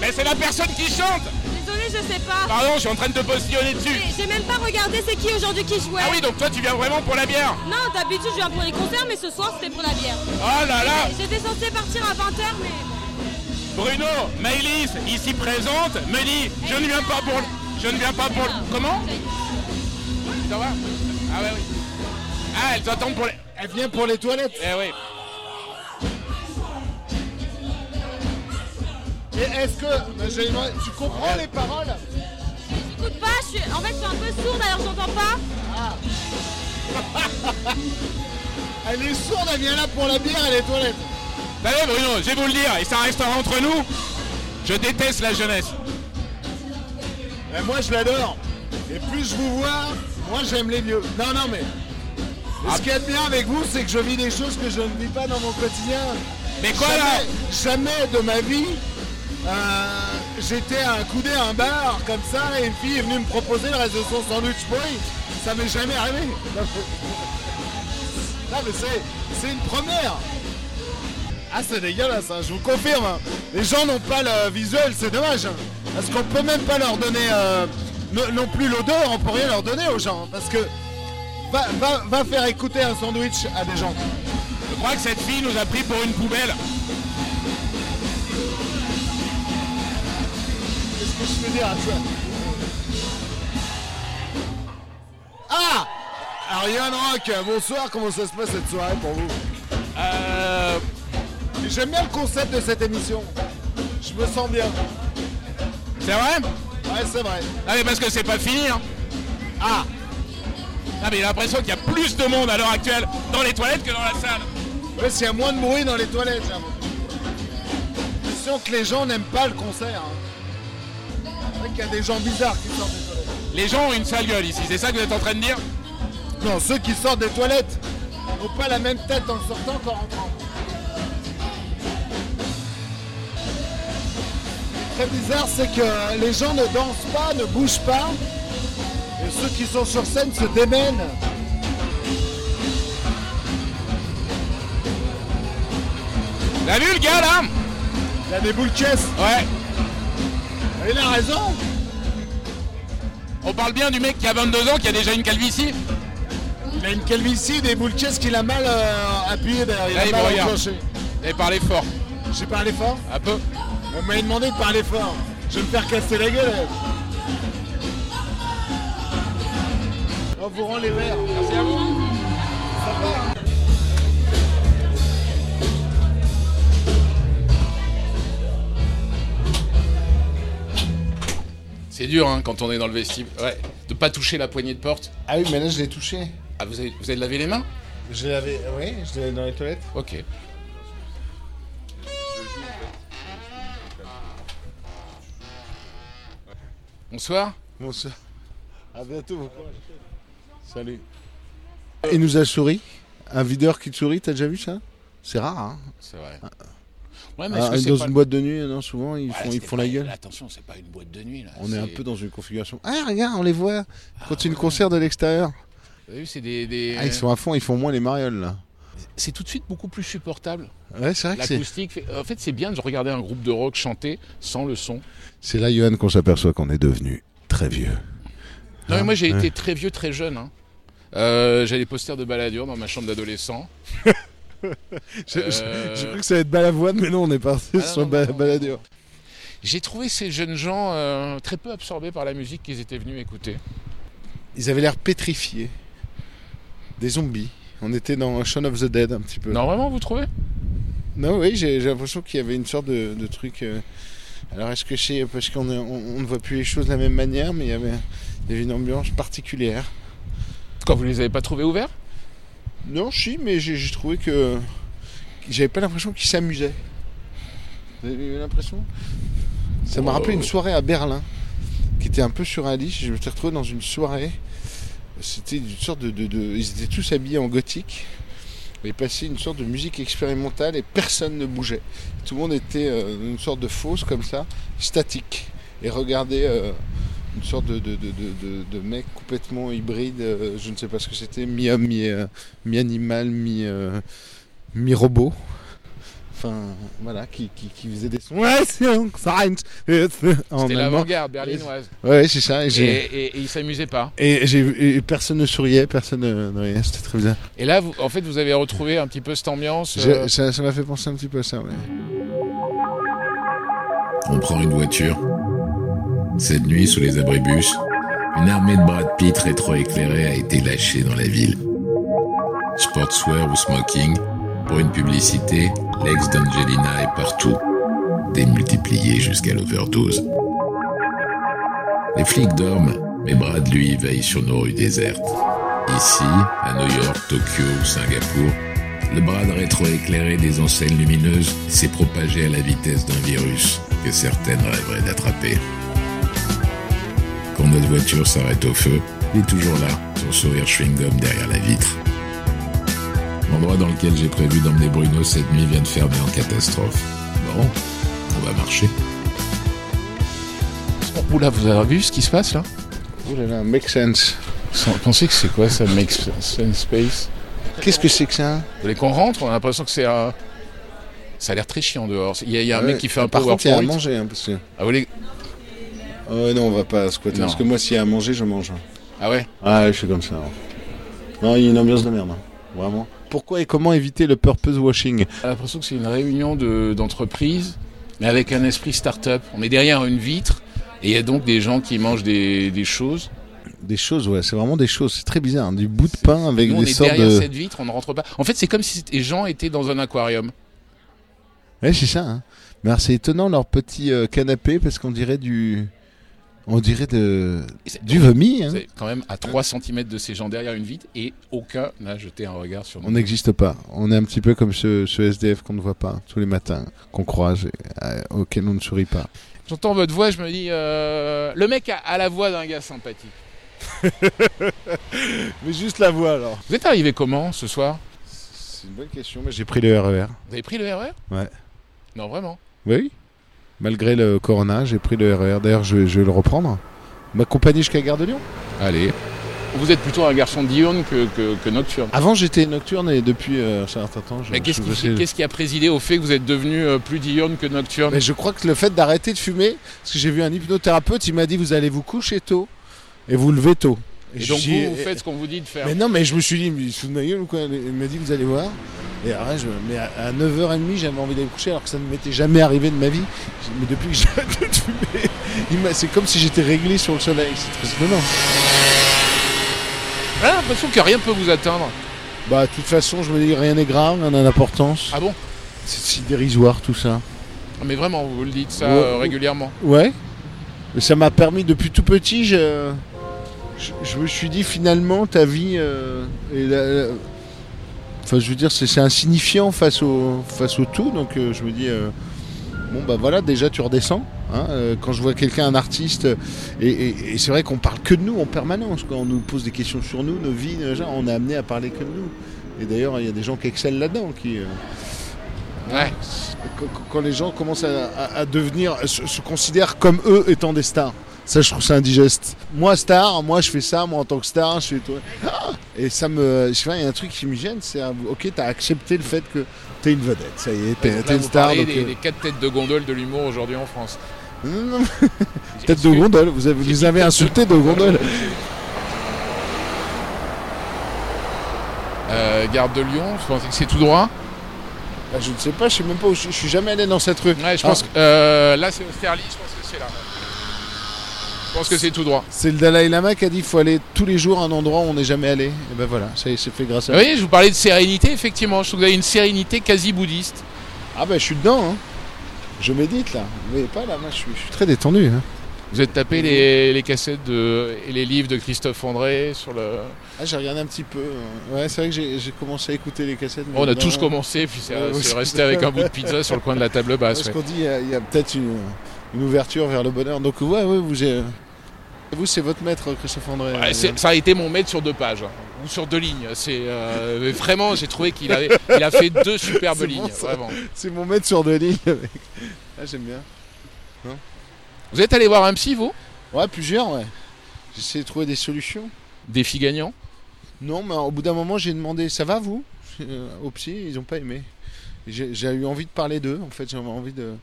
B: Mais c'est la personne qui chante
I: Désolée, je sais pas.
B: Pardon, je suis en train de te postillonner dessus
I: J'ai- J'ai même pas regardé c'est qui aujourd'hui qui jouait.
B: Ah oui, donc toi tu viens vraiment pour la bière
I: Non, d'habitude je viens pour les concerts, mais ce soir c'était pour la bière.
B: Oh là là
I: J'étais censée partir à 20h, mais bon.
B: Bruno, Maëlys, ici présente, me dit je ne viens pas pour le- je ne viens pas pour le- comment Ça va Ah ouais oui. Ah elle t'attend pour les.
E: Elle vient pour les toilettes.
B: Eh oui.
E: Et est-ce que. mais j'ai- Tu comprends les paroles
I: J'écoute pas, je suis... en fait je suis un peu sourde alors j'entends pas.
E: Elle est sourde, elle vient là pour la bière et les toilettes.
B: Vous savez Bah Bruno, je vais vous le dire, et ça restera entre nous. Je déteste la jeunesse.
E: Mais moi, je l'adore. Et plus je vous vois, moi, j'aime les vieux. Non, non, mais. Et
B: Ah.
E: Ce qui est bien avec vous, c'est que je vis des choses que je ne vis pas dans mon quotidien.
B: Mais quoi là
E: jamais, jamais de ma vie, euh, j'étais à un coudé à un bar comme ça et une fille est venue me proposer le reste de son sandwich pourri. Ça m'est jamais arrivé. Non mais c'est, c'est une première. Ah c'est dégueulasse, hein, je vous confirme. hein. Les gens n'ont pas le visuel, c'est dommage. hein. Parce qu'on peut même pas leur donner euh, non, non plus l'odeur, on peut rien leur donner aux gens. hein, Parce que va, va, va faire écouter un sandwich à des gens.
B: Je crois que cette fille nous a pris pour une poubelle.
E: Qu'est-ce que je peux dire à ça
J: Ariane Rock, bonsoir, comment ça se passe cette soirée pour vous
B: Euh,
J: J'aime bien le concept de cette émission. Je me sens bien.
B: C'est vrai
J: Ouais, c'est vrai.
B: Ah mais parce que c'est pas fini hein. Ah Ah mais j'ai l'impression qu'il y a plus de monde à l'heure actuelle dans les toilettes que dans la salle.
J: Ouais, s'il y a moins de bruit dans les toilettes, j'avoue. C'est sûr que les gens n'aiment pas le concert. hein. C'est vrai qu'il y a des gens bizarres qui sortent des toilettes.
B: Les gens ont une sale gueule ici, c'est ça que vous êtes en train de dire
J: Non, ceux qui sortent des toilettes n'ont pas la même tête en sortant qu'en rentrant. Très bizarre, c'est que les gens ne dansent pas, ne bougent pas, et ceux qui sont sur scène se démènent.
B: T'as vu le gars là
J: Il a des boules de caisse.
B: Ouais.
J: Il a raison.
B: On parle bien du mec qui a 22 ans qui a déjà une calvitie.
J: Il a une calvitie, des boules de caisse qu'il a mal euh, appuyé derrière. Il
B: Allez,
J: a
B: bon,
J: mal
B: regarde.
J: enclenché.
B: Et parlez fort.
J: J'ai parlé fort
B: Un peu.
J: On m'a demandé de parler fort. Je vais me faire casser la gueule. On vous rend les verres.
B: Merci à vous. C'est dur hein, quand on est dans le vestibule. Ouais. De pas toucher la poignée de porte.
J: Ah oui, mais là je l'ai touché.
B: Ah vous avez, vous avez lavé les mains
J: Je l'avais. Oui, je l'avais dans les toilettes.
B: Ok. Bonsoir.
E: Bonsoir.
J: A bientôt.
E: Salut. Il nous a souri. Un videur qui te sourit, t'as déjà vu ça C'est rare, hein
B: C'est vrai. Ouais,
E: Ah,
B: est-ce que c'est
E: Dans
B: pas
E: une
B: le-
E: boîte de nuit, non, souvent, ils
B: Ouais,
E: font, ils
B: c'était
E: font
B: pas-
E: la gueule.
B: là, attention, c'est pas une boîte de nuit là.
E: On est un
B: c'est- Ah,
E: peu dans une configuration. Ah, regarde, on les voit quand c'est une concert de l'extérieur.
B: Vous avez vu, c'est des. des-
E: Ah, ils sont à fond, ils font moins les marioles, là.
B: C'est tout de suite beaucoup plus supportable.
E: Ouais, c'est vrai que c'est.
B: L'acoustique. fait- En fait, c'est bien de regarder un groupe de rock chanter sans le son.
E: C'est là, Johan, qu'on s'aperçoit qu'on est devenu très vieux.
B: Non, mais moi j'ai
E: Ah, ouais.
B: été très vieux, très jeune. hein. Euh, J'ai les posters de Balladur dans ma chambre d'adolescent.
E: J'ai
B: Euh,
E: j'ai cru que ça allait être balavoine, mais non, on est parti
B: Ah, non,
E: sur
B: non,
E: ba-
B: non, non.
E: baladure.
B: J'ai trouvé ces jeunes gens euh, très peu absorbés par la musique qu'ils étaient venus écouter.
E: Ils avaient l'air pétrifiés. Des zombies. On était dans Shaun of the Dead, un petit peu.
B: Non, vraiment, vous trouvez
E: Non, oui, j'ai j'ai l'impression qu'il y avait une sorte de, de truc. euh, Alors, est-ce que c'est parce qu'on est- on, on ne voit plus les choses de la même manière, mais il y avait, il y avait une ambiance particulière.
B: Quand vous les avez pas trouvés ouverts
E: Non, si, mais j'ai j'ai trouvé que j'avais pas l'impression qu'ils s'amusaient. Vous avez eu l'impression Ça m'a
B: Oh.
E: rappelé une soirée à Berlin, qui était un peu surréaliste. Je me suis retrouvé dans une soirée. C'était une sorte de, de- de- Ils étaient tous habillés en gothique. Et passaient une sorte de musique expérimentale et personne ne bougeait. Tout le monde était euh, dans une sorte de fosse comme ça, statique. Et regardait euh, une sorte de, de, de- de- de- de mec complètement hybride, euh, je ne sais pas ce que c'était, mi-homme, mi, euh, mi-animal, mi, euh, mi-robot. Enfin, voilà, qui, qui, qui faisait des sons. Ouais, c'est un Science, c'est- en
B: C'était
E: allemand.
B: l'avant-garde berlinoise.
E: Ouais, c'est ça. Et,
B: Et,
E: j'ai-
B: et- et ils s'amusaient pas.
E: et j'ai- et personne ne souriait, personne ne ne riait, c'était très bizarre.
B: Et là, vous, en fait, vous avez retrouvé un petit peu cette ambiance.
E: J'ai-
B: euh,
E: Ça ça m'a fait penser un petit peu à ça, ouais.
K: On prend une voiture. Cette nuit, sous les abribus, une armée de Brad Pitt rétro-éclairée a été lâchée dans la ville. Sportswear ou smoking, pour une publicité, l'ex d'Angelina est partout, démultiplié jusqu'à l'overdose. Les flics dorment, mais Brad, lui, veille sur nos rues désertes. Ici, à New York, Tokyo ou Singapour, le bras de rétro-éclairé des enseignes lumineuses s'est propagé à la vitesse d'un virus que certaines rêveraient d'attraper. Quand notre voiture s'arrête au feu, il est toujours là, son sourire chewing-gum derrière la vitre. L'endroit dans lequel j'ai prévu d'emmener Bruno cette nuit vient de fermer en catastrophe. Bon, on va marcher.
B: Oula, vous avez vu ce qui se passe là
E: Ouh là là, make sense.
B: Vous pensez que c'est quoi ça, Make Sense Space
E: Qu'est-ce que c'est que ça
B: Vous voulez qu'on rentre On a l'impression que c'est un. Ça a l'air très chiant dehors. Il y a, il y a un
E: Ouais.
B: mec qui fait un
E: Par
B: PowerPoint.
E: contre, il y a à manger, hein, parce que.
B: Ah, vous voulez-
E: Euh, non, on va pas squatter,
B: Non.
E: parce que moi, s'il y a à manger, je mange. hein.
B: ah ouais
E: Ah, je suis comme ça. hein. Non, il y a une ambiance de merde, hein. vraiment. Pourquoi et comment éviter le purpose washing
B: J'ai l'impression que c'est une réunion de- d'entreprises, mais avec un esprit start-up. On est derrière une vitre et il y a donc des gens qui mangent des, des choses.
E: Des choses, ouais, c'est vraiment des choses. C'est très bizarre. hein, Du bout de pain avec
B: Nous, on
E: des
B: est
E: sortes
B: derrière
E: de.
B: cette vitre, on ne rentre pas. En fait, c'est comme si c'était- les gens étaient dans un aquarium.
E: Mmh. Ouais, c'est ça. Hein. Mais alors, c'est étonnant leur petit euh, canapé parce qu'on dirait du. On dirait de... du vomi. hein.
B: C'est quand même à 3 cm de ces gens derrière une vitre et aucun n'a jeté un regard sur nous.
E: On n'existe pas. On est un petit peu comme ce, ce SDF qu'on ne voit pas hein, tous les matins, qu'on croise, et, euh, auquel on ne sourit pas.
B: J'entends votre voix, je me dis, euh, le mec a, a la voix d'un gars sympathique.
E: Mais juste la voix alors.
B: Vous êtes arrivé comment ce soir
E: C'est une bonne question, mais j'ai pris le E RER.
B: Vous avez pris le RER
E: Ouais.
B: Non, vraiment.
E: Bah Oui. Malgré le corona, j'ai pris le RER. D'ailleurs, je, je vais le reprendre. M'accompagner jusqu'à Gare de Lyon Allez.
B: Vous êtes plutôt un garçon diurne que, que- que nocturne.
E: Avant, j'étais nocturne et depuis euh, un certain temps, je.
B: Mais qu'est-ce
E: je-
B: qui,
E: je-
B: qu'est-ce qui a présidé au fait que vous êtes devenu euh, plus diurne que nocturne
E: Mais je crois que le fait d'arrêter de fumer, parce que j'ai vu un hypnothérapeute, il m'a dit vous allez vous coucher tôt et vous lever tôt.
B: Et
E: je
B: donc
E: suis-
B: vous, vous faites ce qu'on vous dit de faire.
E: Mais non, mais je me suis dit, mais il se fout de ma gueule ou quoi Il m'a dit, vous allez voir. Et alors là, je- mais à, à 9h30, j'avais envie d'aller me coucher alors que ça ne m'était jamais arrivé de ma vie. J'ai- Mais depuis que j'ai arrêté de fumer, il m'a- c'est comme si j'étais réglé sur le soleil. C'est très étonnant.
B: J'ai l'impression que rien ne peut vous atteindre.
E: Bah, de toute façon, je me dis, rien n'est grave, rien n'a d'importance.
B: Ah bon Ah,
E: C'est si dérisoire tout ça.
B: Mais vraiment, vous le dites ça
E: Ouais.
B: euh, régulièrement.
E: Ouais. Mais ça m'a permis depuis tout petit, je, je, je me suis dit finalement ta vie euh, est la- la- Enfin je veux dire c'est c'est insignifiant face au, face au tout, donc euh, je me dis euh, bon bah voilà déjà tu redescends. hein, euh, quand je vois quelqu'un, un artiste, euh, et, et- et c'est vrai qu'on parle que de nous en permanence, quoi. on nous pose des questions sur nous, nos vies, nos gens, on est amené à parler que de nous. Et d'ailleurs il y a des gens qui excellent là-dedans, qui, euh,
B: Ouais.
E: quand, quand- quand les gens commencent à, à- à devenir, se, se considèrent comme eux étant des stars. Ça, je trouve ça indigeste. Moi, star, moi, je fais ça, moi, en tant que star, je fais tout. Ah Et ça me. Je sais pas, il y a un truc qui me gêne, c'est. euh, Ok, t'as accepté le fait que t'es une vedette, ça y est, t'es
B: Là,
E: t'es une
B: vous
E: star.
B: parlez
E: donc,
B: des,
E: euh,
B: des quatre têtes de gondole de l'humour aujourd'hui en France.
E: non, non. Tête euh, de gondole, vous avez, vous avez insulté de gondole.
B: Euh, gare de Lyon, je pensais que c'est tout droit.
E: Bah, je ne sais pas, je sais même pas où je, je suis jamais allé dans cette rue.
B: Ouais, je pense
E: Alors,
B: que euh, là c'est Austerlitz, je pense que c'est là. Je pense que c'est tout droit.
E: C'est le Dalai Lama qui a dit qu'il faut aller tous les jours à un endroit où on n'est jamais allé. Et ben voilà, ça y est, c'est fait grâce à
B: Vous voyez, je vous parlais de sérénité, effectivement. Je trouve que vous avez une sérénité quasi bouddhiste.
E: Ah bah je suis dedans, hein. je médite là. Vous voyez pas là, moi je suis, je suis très détendu. hein.
B: Vous êtes tapé les, les cassettes de, et les livres de Christophe André sur le.
E: Ah j'ai regardé un petit peu. hein. Ouais c'est vrai que j'ai j'ai commencé à écouter les cassettes. mais
B: Bon, on a
E: évidemment,
B: tous commencé, puis c'est
E: bah Ouais, ouais,
B: c'est
E: c'est-
B: resté avec un bout de pizza sur le coin de la table basse.
E: Parce
B: ouais.
E: qu'on dit il y a- il y a, peut-être une, une ouverture vers le bonheur. Donc ouais, ouais vous j'ai- Vous c'est votre maître Christophe André.
B: Ouais, c'est- ça a été mon maître sur deux pages hein, ou sur deux lignes. C'est euh, mais vraiment, j'ai trouvé qu'il avait, il a fait deux superbes
E: C'est bon,
B: lignes.
E: ça.
B: vraiment.
E: C'est mon maître sur deux lignes. mec. Ah j'aime bien.
B: Vous êtes allé voir un psy, vous
E: Ouais plusieurs ouais. J'essaie de trouver des solutions.
B: Défi gagnant.
E: Non, mais au bout d'un moment, j'ai demandé ça va vous Euh, Au psy, ils n'ont pas aimé. J'ai j'ai eu envie de parler d'eux, en fait, j'avais envie de-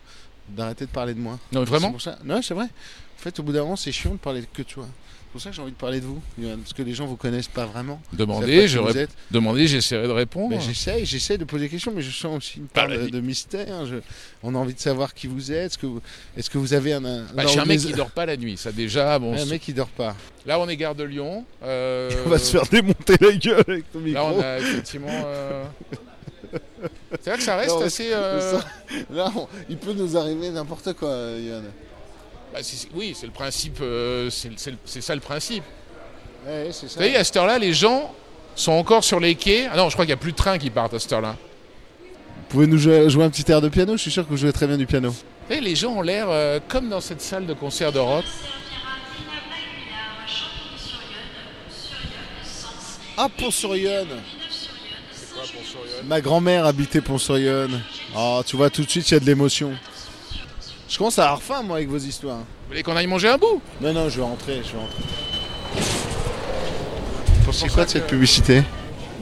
E: d'arrêter de, parler de moi.
B: Non, mais vraiment
E: C'est pour ça- Non, c'est vrai. En fait, au bout d'un moment, c'est chiant de parler que de toi. C'est pour ça que j'ai envie de parler de vous, Johan, parce que les gens vous connaissent pas vraiment. Ils savent
B: Demandez,
E: pas
B: je
E: qui vous
B: rép-
E: êtes.
B: demandez, j'essaierai de répondre.
E: Ben, j'essaye, j'essaye de poser des questions, mais je sens aussi une part
B: Bah,
E: de,
B: vas-y.
E: de mystère. Je- On a envie de savoir qui vous êtes. Est-ce que, vous... est que vous avez un. un
B: Bah, je suis un mec
E: organisa-
B: qui dort pas la nuit, ça déjà. Bon,
E: Un
B: c'est-
E: mec qui dort pas.
B: là on est gare de Lyon. euh,
E: On va se faire démonter la gueule avec ton
B: Là
E: micro.
B: on a effectivement. euh, C'est vrai que ça reste
E: Non, mais-
B: assez. euh,
E: Ça- Là, on- il peut nous arriver n'importe quoi, euh, Johan.
B: bah, c'est- oui, c'est le principe. euh, c'est- c'est c'est ça le principe.
E: Ouais, c'est ça.
B: Vous savez, à cette heure-là, les gens sont encore sur les quais. Ah non, je crois qu'il n'y a plus de train qui partent à cette heure-là.
E: Vous pouvez nous jouer, jouer un petit air de piano Je suis sûr que vous jouez très bien du piano.
B: Vous savez, les gens ont l'air euh, comme dans cette salle de concert de rock.
E: Ah, Pont-sur-Yonne Ma grand-mère habitait Pont-sur-Yonne. Oh, tu vois, tout de suite, il y a de l'émotion. Je commence à avoir faim, moi, avec vos histoires.
B: Vous voulez qu'on aille manger un bout
E: Non, non, je vais rentrer, je vais rentrer. C'est quoi de cette publicité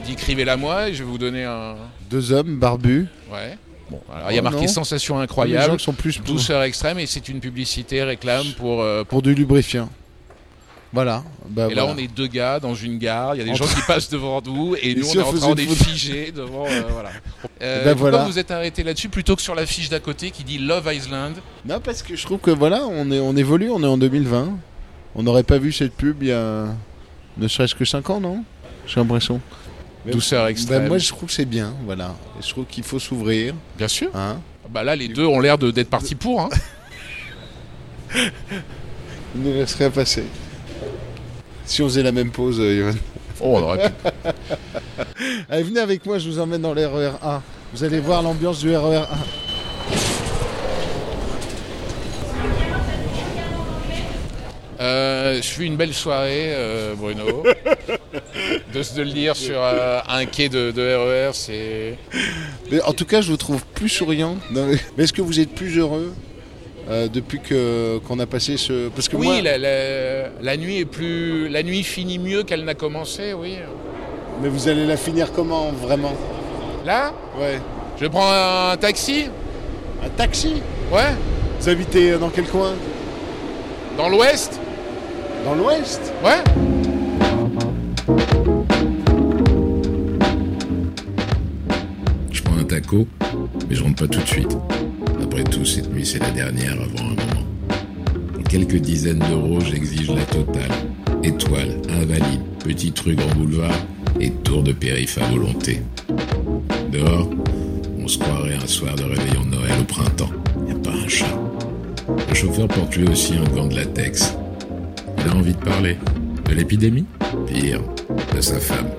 B: Décrivez-la moi et je vais vous donner un.
E: Deux hommes barbus.
B: Ouais. Bon, alors il y a
E: Oh,
B: marqué
E: non.
B: sensation
E: Les gens
B: incroyable,
E: qui sont plus pour,
B: douceur extrême et c'est une publicité réclame pour. euh, pour-
E: pour du lubrifiant. Voilà. Bah,
B: et là,
E: voilà.
B: on est deux gars dans une gare, il y a des
E: En
B: gens qui passent devant nous et
E: Et
B: nous,
E: si
B: on est
E: on
B: en
E: faisait
B: train
E: une
B: d'être
E: photo
B: figés devant. euh, voilà. Euh,
E: ben
B: pourquoi
E: voilà.
B: vous êtes arrêté là-dessus plutôt que sur la fiche d'à côté qui dit Love Island
E: Non, parce que je trouve que voilà, on, est, on évolue, on est en 2020. On n'aurait pas vu cette pub il y a, Ne serait-ce que 5 ans, non J'ai l'impression.
B: Douceur extrême.
E: Bah, moi, je trouve que c'est bien, voilà. Et Je trouve qu'il faut s'ouvrir.
B: Bien sûr.
E: Hein
B: Bah là, les deux ont l'air de- d'être partis pour. Hein.
E: Il ne laisse rien passer. Si on faisait la même pause, euh, Johan.
B: Oh, on aurait pu.
E: Allez, venez avec moi, je vous emmène dans les RER A. Vous allez voir l'ambiance du RER A.
B: Euh, je suis une belle soirée, euh, Bruno. de se de le dire sur euh, un quai de, de RER, c'est.
E: Mais en tout cas, je vous trouve plus souriant. Non, mais- mais est-ce que vous êtes plus heureux euh, depuis que qu'on a passé ce parce que
B: Oui,
E: moi,
B: la, la- la nuit est plus. La nuit finit mieux qu'elle n'a commencé, oui.
E: mais vous allez la finir comment vraiment
B: Là,
E: Ouais,
B: je prends un taxi.
E: un taxi.
B: Ouais.
E: Vous habitez euh, dans quel coin
B: Dans l'Ouest.
E: Dans l'Ouest.
B: Ouais.
K: Je prends un taco, mais je rentre pas tout de suite. Après tout, cette nuit, c'est la dernière avant un moment. Pour quelques dizaines d'euros, j'exige la totale. Étoile, invalide, petit truc en boulevard et tour de périph' à volonté. Dehors, on se croirait un soir de réveillon de Noël au printemps. Y a pas un chat. Le chauffeur porte lui aussi un gant de latex. Il a envie de parler. De l'épidémie Pire, de sa femme.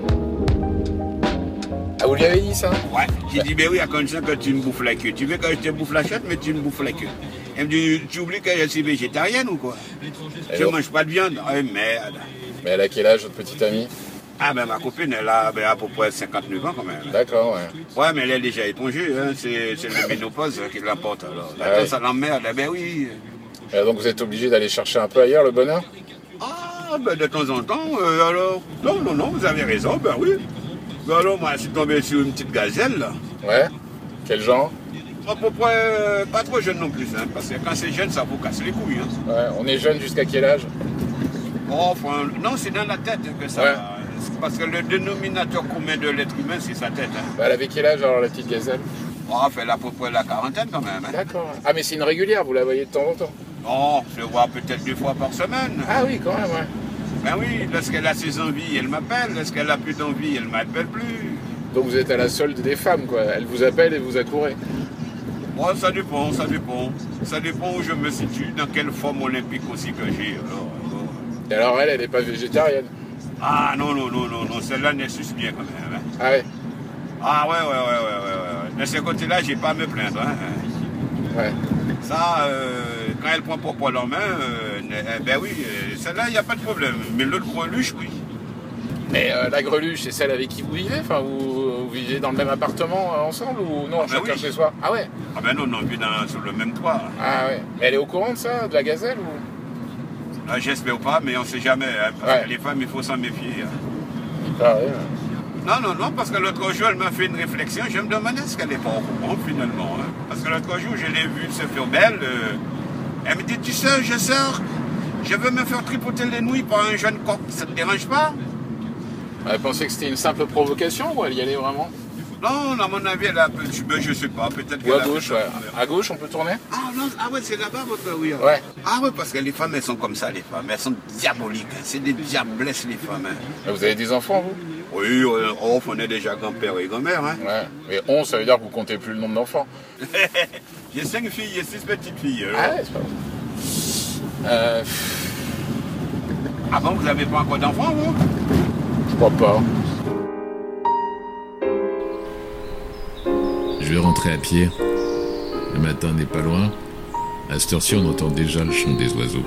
B: Ah, vous lui avez dit ça
I: Ouais, j'ai dit, ben oui, à condition que tu me bouffes la queue. Tu veux que je te bouffe la chatte, mais tu me bouffes la queue. Elle me dit, tu oublies que je suis végétarienne ou quoi Je
B: Alors
I: mange pas de viande. Oh merde.
B: Mais elle a quel âge, votre petite amie
I: Ah ben ma copine, elle a ben, à peu près 59 ans quand même.
B: D'accord, ouais.
I: Ouais, mais elle est déjà épongée, hein. c'est c'est le ménopause qui l'emporte alors.
B: Ah
I: Attends,
B: ouais.
I: ça l'emmerde, Eh ben oui.
B: Alors donc vous êtes obligé d'aller chercher un peu ailleurs le bonheur
I: Ah ben de temps en temps, euh, alors. Non, non, non, vous avez raison, ben oui. Ben alors moi, je suis tombé sur une petite gazelle là.
B: Ouais. Quel genre
I: À peu près, euh, pas trop jeune non plus, hein, parce que quand c'est jeune, ça vous casse les couilles. Hein.
B: Ouais, on est jeune jusqu'à quel âge
I: Oh, enfin, non, c'est dans la tête que ça. c'est Parce que le dénominateur commun de l'être humain, c'est sa tête. hein.
B: Bah, Elle avait quel âge alors la petite gazelle
I: Oh, elle fait à peu près la quarantaine quand même. hein.
B: D'accord. Ah mais c'est une régulière, vous la voyez de temps en temps
I: Non, je le vois peut-être deux fois par semaine.
B: Ah oui, quand même, ouais.
I: Ben oui, lorsqu'elle a ses envies, elle m'appelle. Lorsqu'elle a plus d'envie, elle m'appelle plus.
B: Donc vous êtes à la solde des femmes quoi, elle vous appelle et vous accourez.
I: Bon, ça dépend, ça dépend. Ça dépend où je me situe, dans quelle forme olympique aussi que j'ai. alors.
B: Et alors elle, elle n'est pas végétarienne.
I: Ah non, non, non, non, non, celle-là n'est sus bien quand même. hein.
B: Ah ouais
I: Ah ouais, ouais, ouais, ouais, ouais, ouais. De ce côté-là, j'ai pas à me plaindre. hein.
B: Ouais.
I: Ça, euh, quand elle prend pour poil en main, euh, euh, ben oui, euh, celle-là, il n'y a pas de problème. Mais l'autre greluche, oui.
B: Mais euh, la greluche, c'est celle avec qui vous vivez Enfin, vous, vous vivez dans le même appartement euh, ensemble ou non,
I: ben
B: chacun
I: oui.
B: chez soi Ah ouais
I: Ah ben non, on vit dans, sur le même toit.
B: Ah ouais. Mais elle est au courant de ça, de la gazelle ou
I: Ah, J'espère pas, mais on sait jamais. hein, parce
B: Ouais.
I: que les femmes, il faut s'en méfier. hein.
B: Ah ouais.
I: Non, non, non, parce que l'autre jour, elle m'a fait une réflexion. Je me demandais ce qu'elle n'est pas au courant, finalement. hein. Parce que l'autre jour, je l'ai vue se faire belle. euh, elle me dit, tu sais, je sors, je veux me faire tripoter les nouilles par un jeune coq. Ça te dérange pas
B: Elle pensait que c'était une simple provocation ou elle y allait vraiment
I: Non, à mon avis, elle a... ben, je sais pas, peut-être
B: Ou à
I: qu'elle a-
B: gauche, ouais. À gauche, on peut tourner
I: euh. Ah, non, ah ouais, c'est là-bas votre oui.
B: Ouais.
I: Ah ouais, parce que les femmes, elles sont comme ça, les femmes. Elles sont diaboliques. hein. C'est des diablesses, les femmes. hein.
B: Ah, Vous avez des enfants, vous
I: Oui, euh, oh, on est déjà grand-père et grand-mère. Hein.
B: Ouais. Mais 11, ça veut dire que vous comptez plus le nombre d'enfants.
I: J'ai cinq filles, j'ai six petites filles. hein. alors.
B: Ah ouais, c'est pas vrai. Euh, pff,
I: Avant, vous n'avez pas encore d'enfants, vous
B: je crois pas.
K: Je vais rentrer à pied. Le matin n'est pas loin. À cette heure-ci, on entend déjà le chant des oiseaux.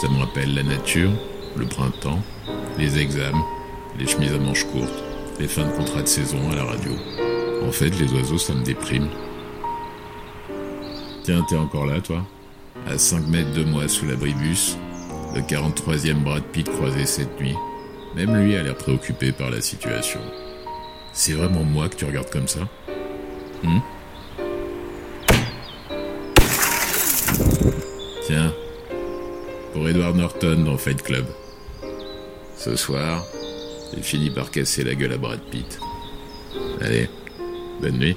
K: Ça me rappelle la nature, le printemps, les examens, les chemises à manches courtes, les fins de contrat de saison à la radio. En fait, les oiseaux, ça me déprime. Tiens, t'es encore là, toi À 5 mètres de moi, sous l'abribus, le 43e Brad Pitt croisé cette nuit. Même lui a l'air préoccupé par la situation. C'est vraiment moi que tu regardes comme ça Hmm Tiens, pour Edward Norton dans Fight Club. Ce soir, il finit par casser la gueule à Brad Pitt. Allez, bonne nuit.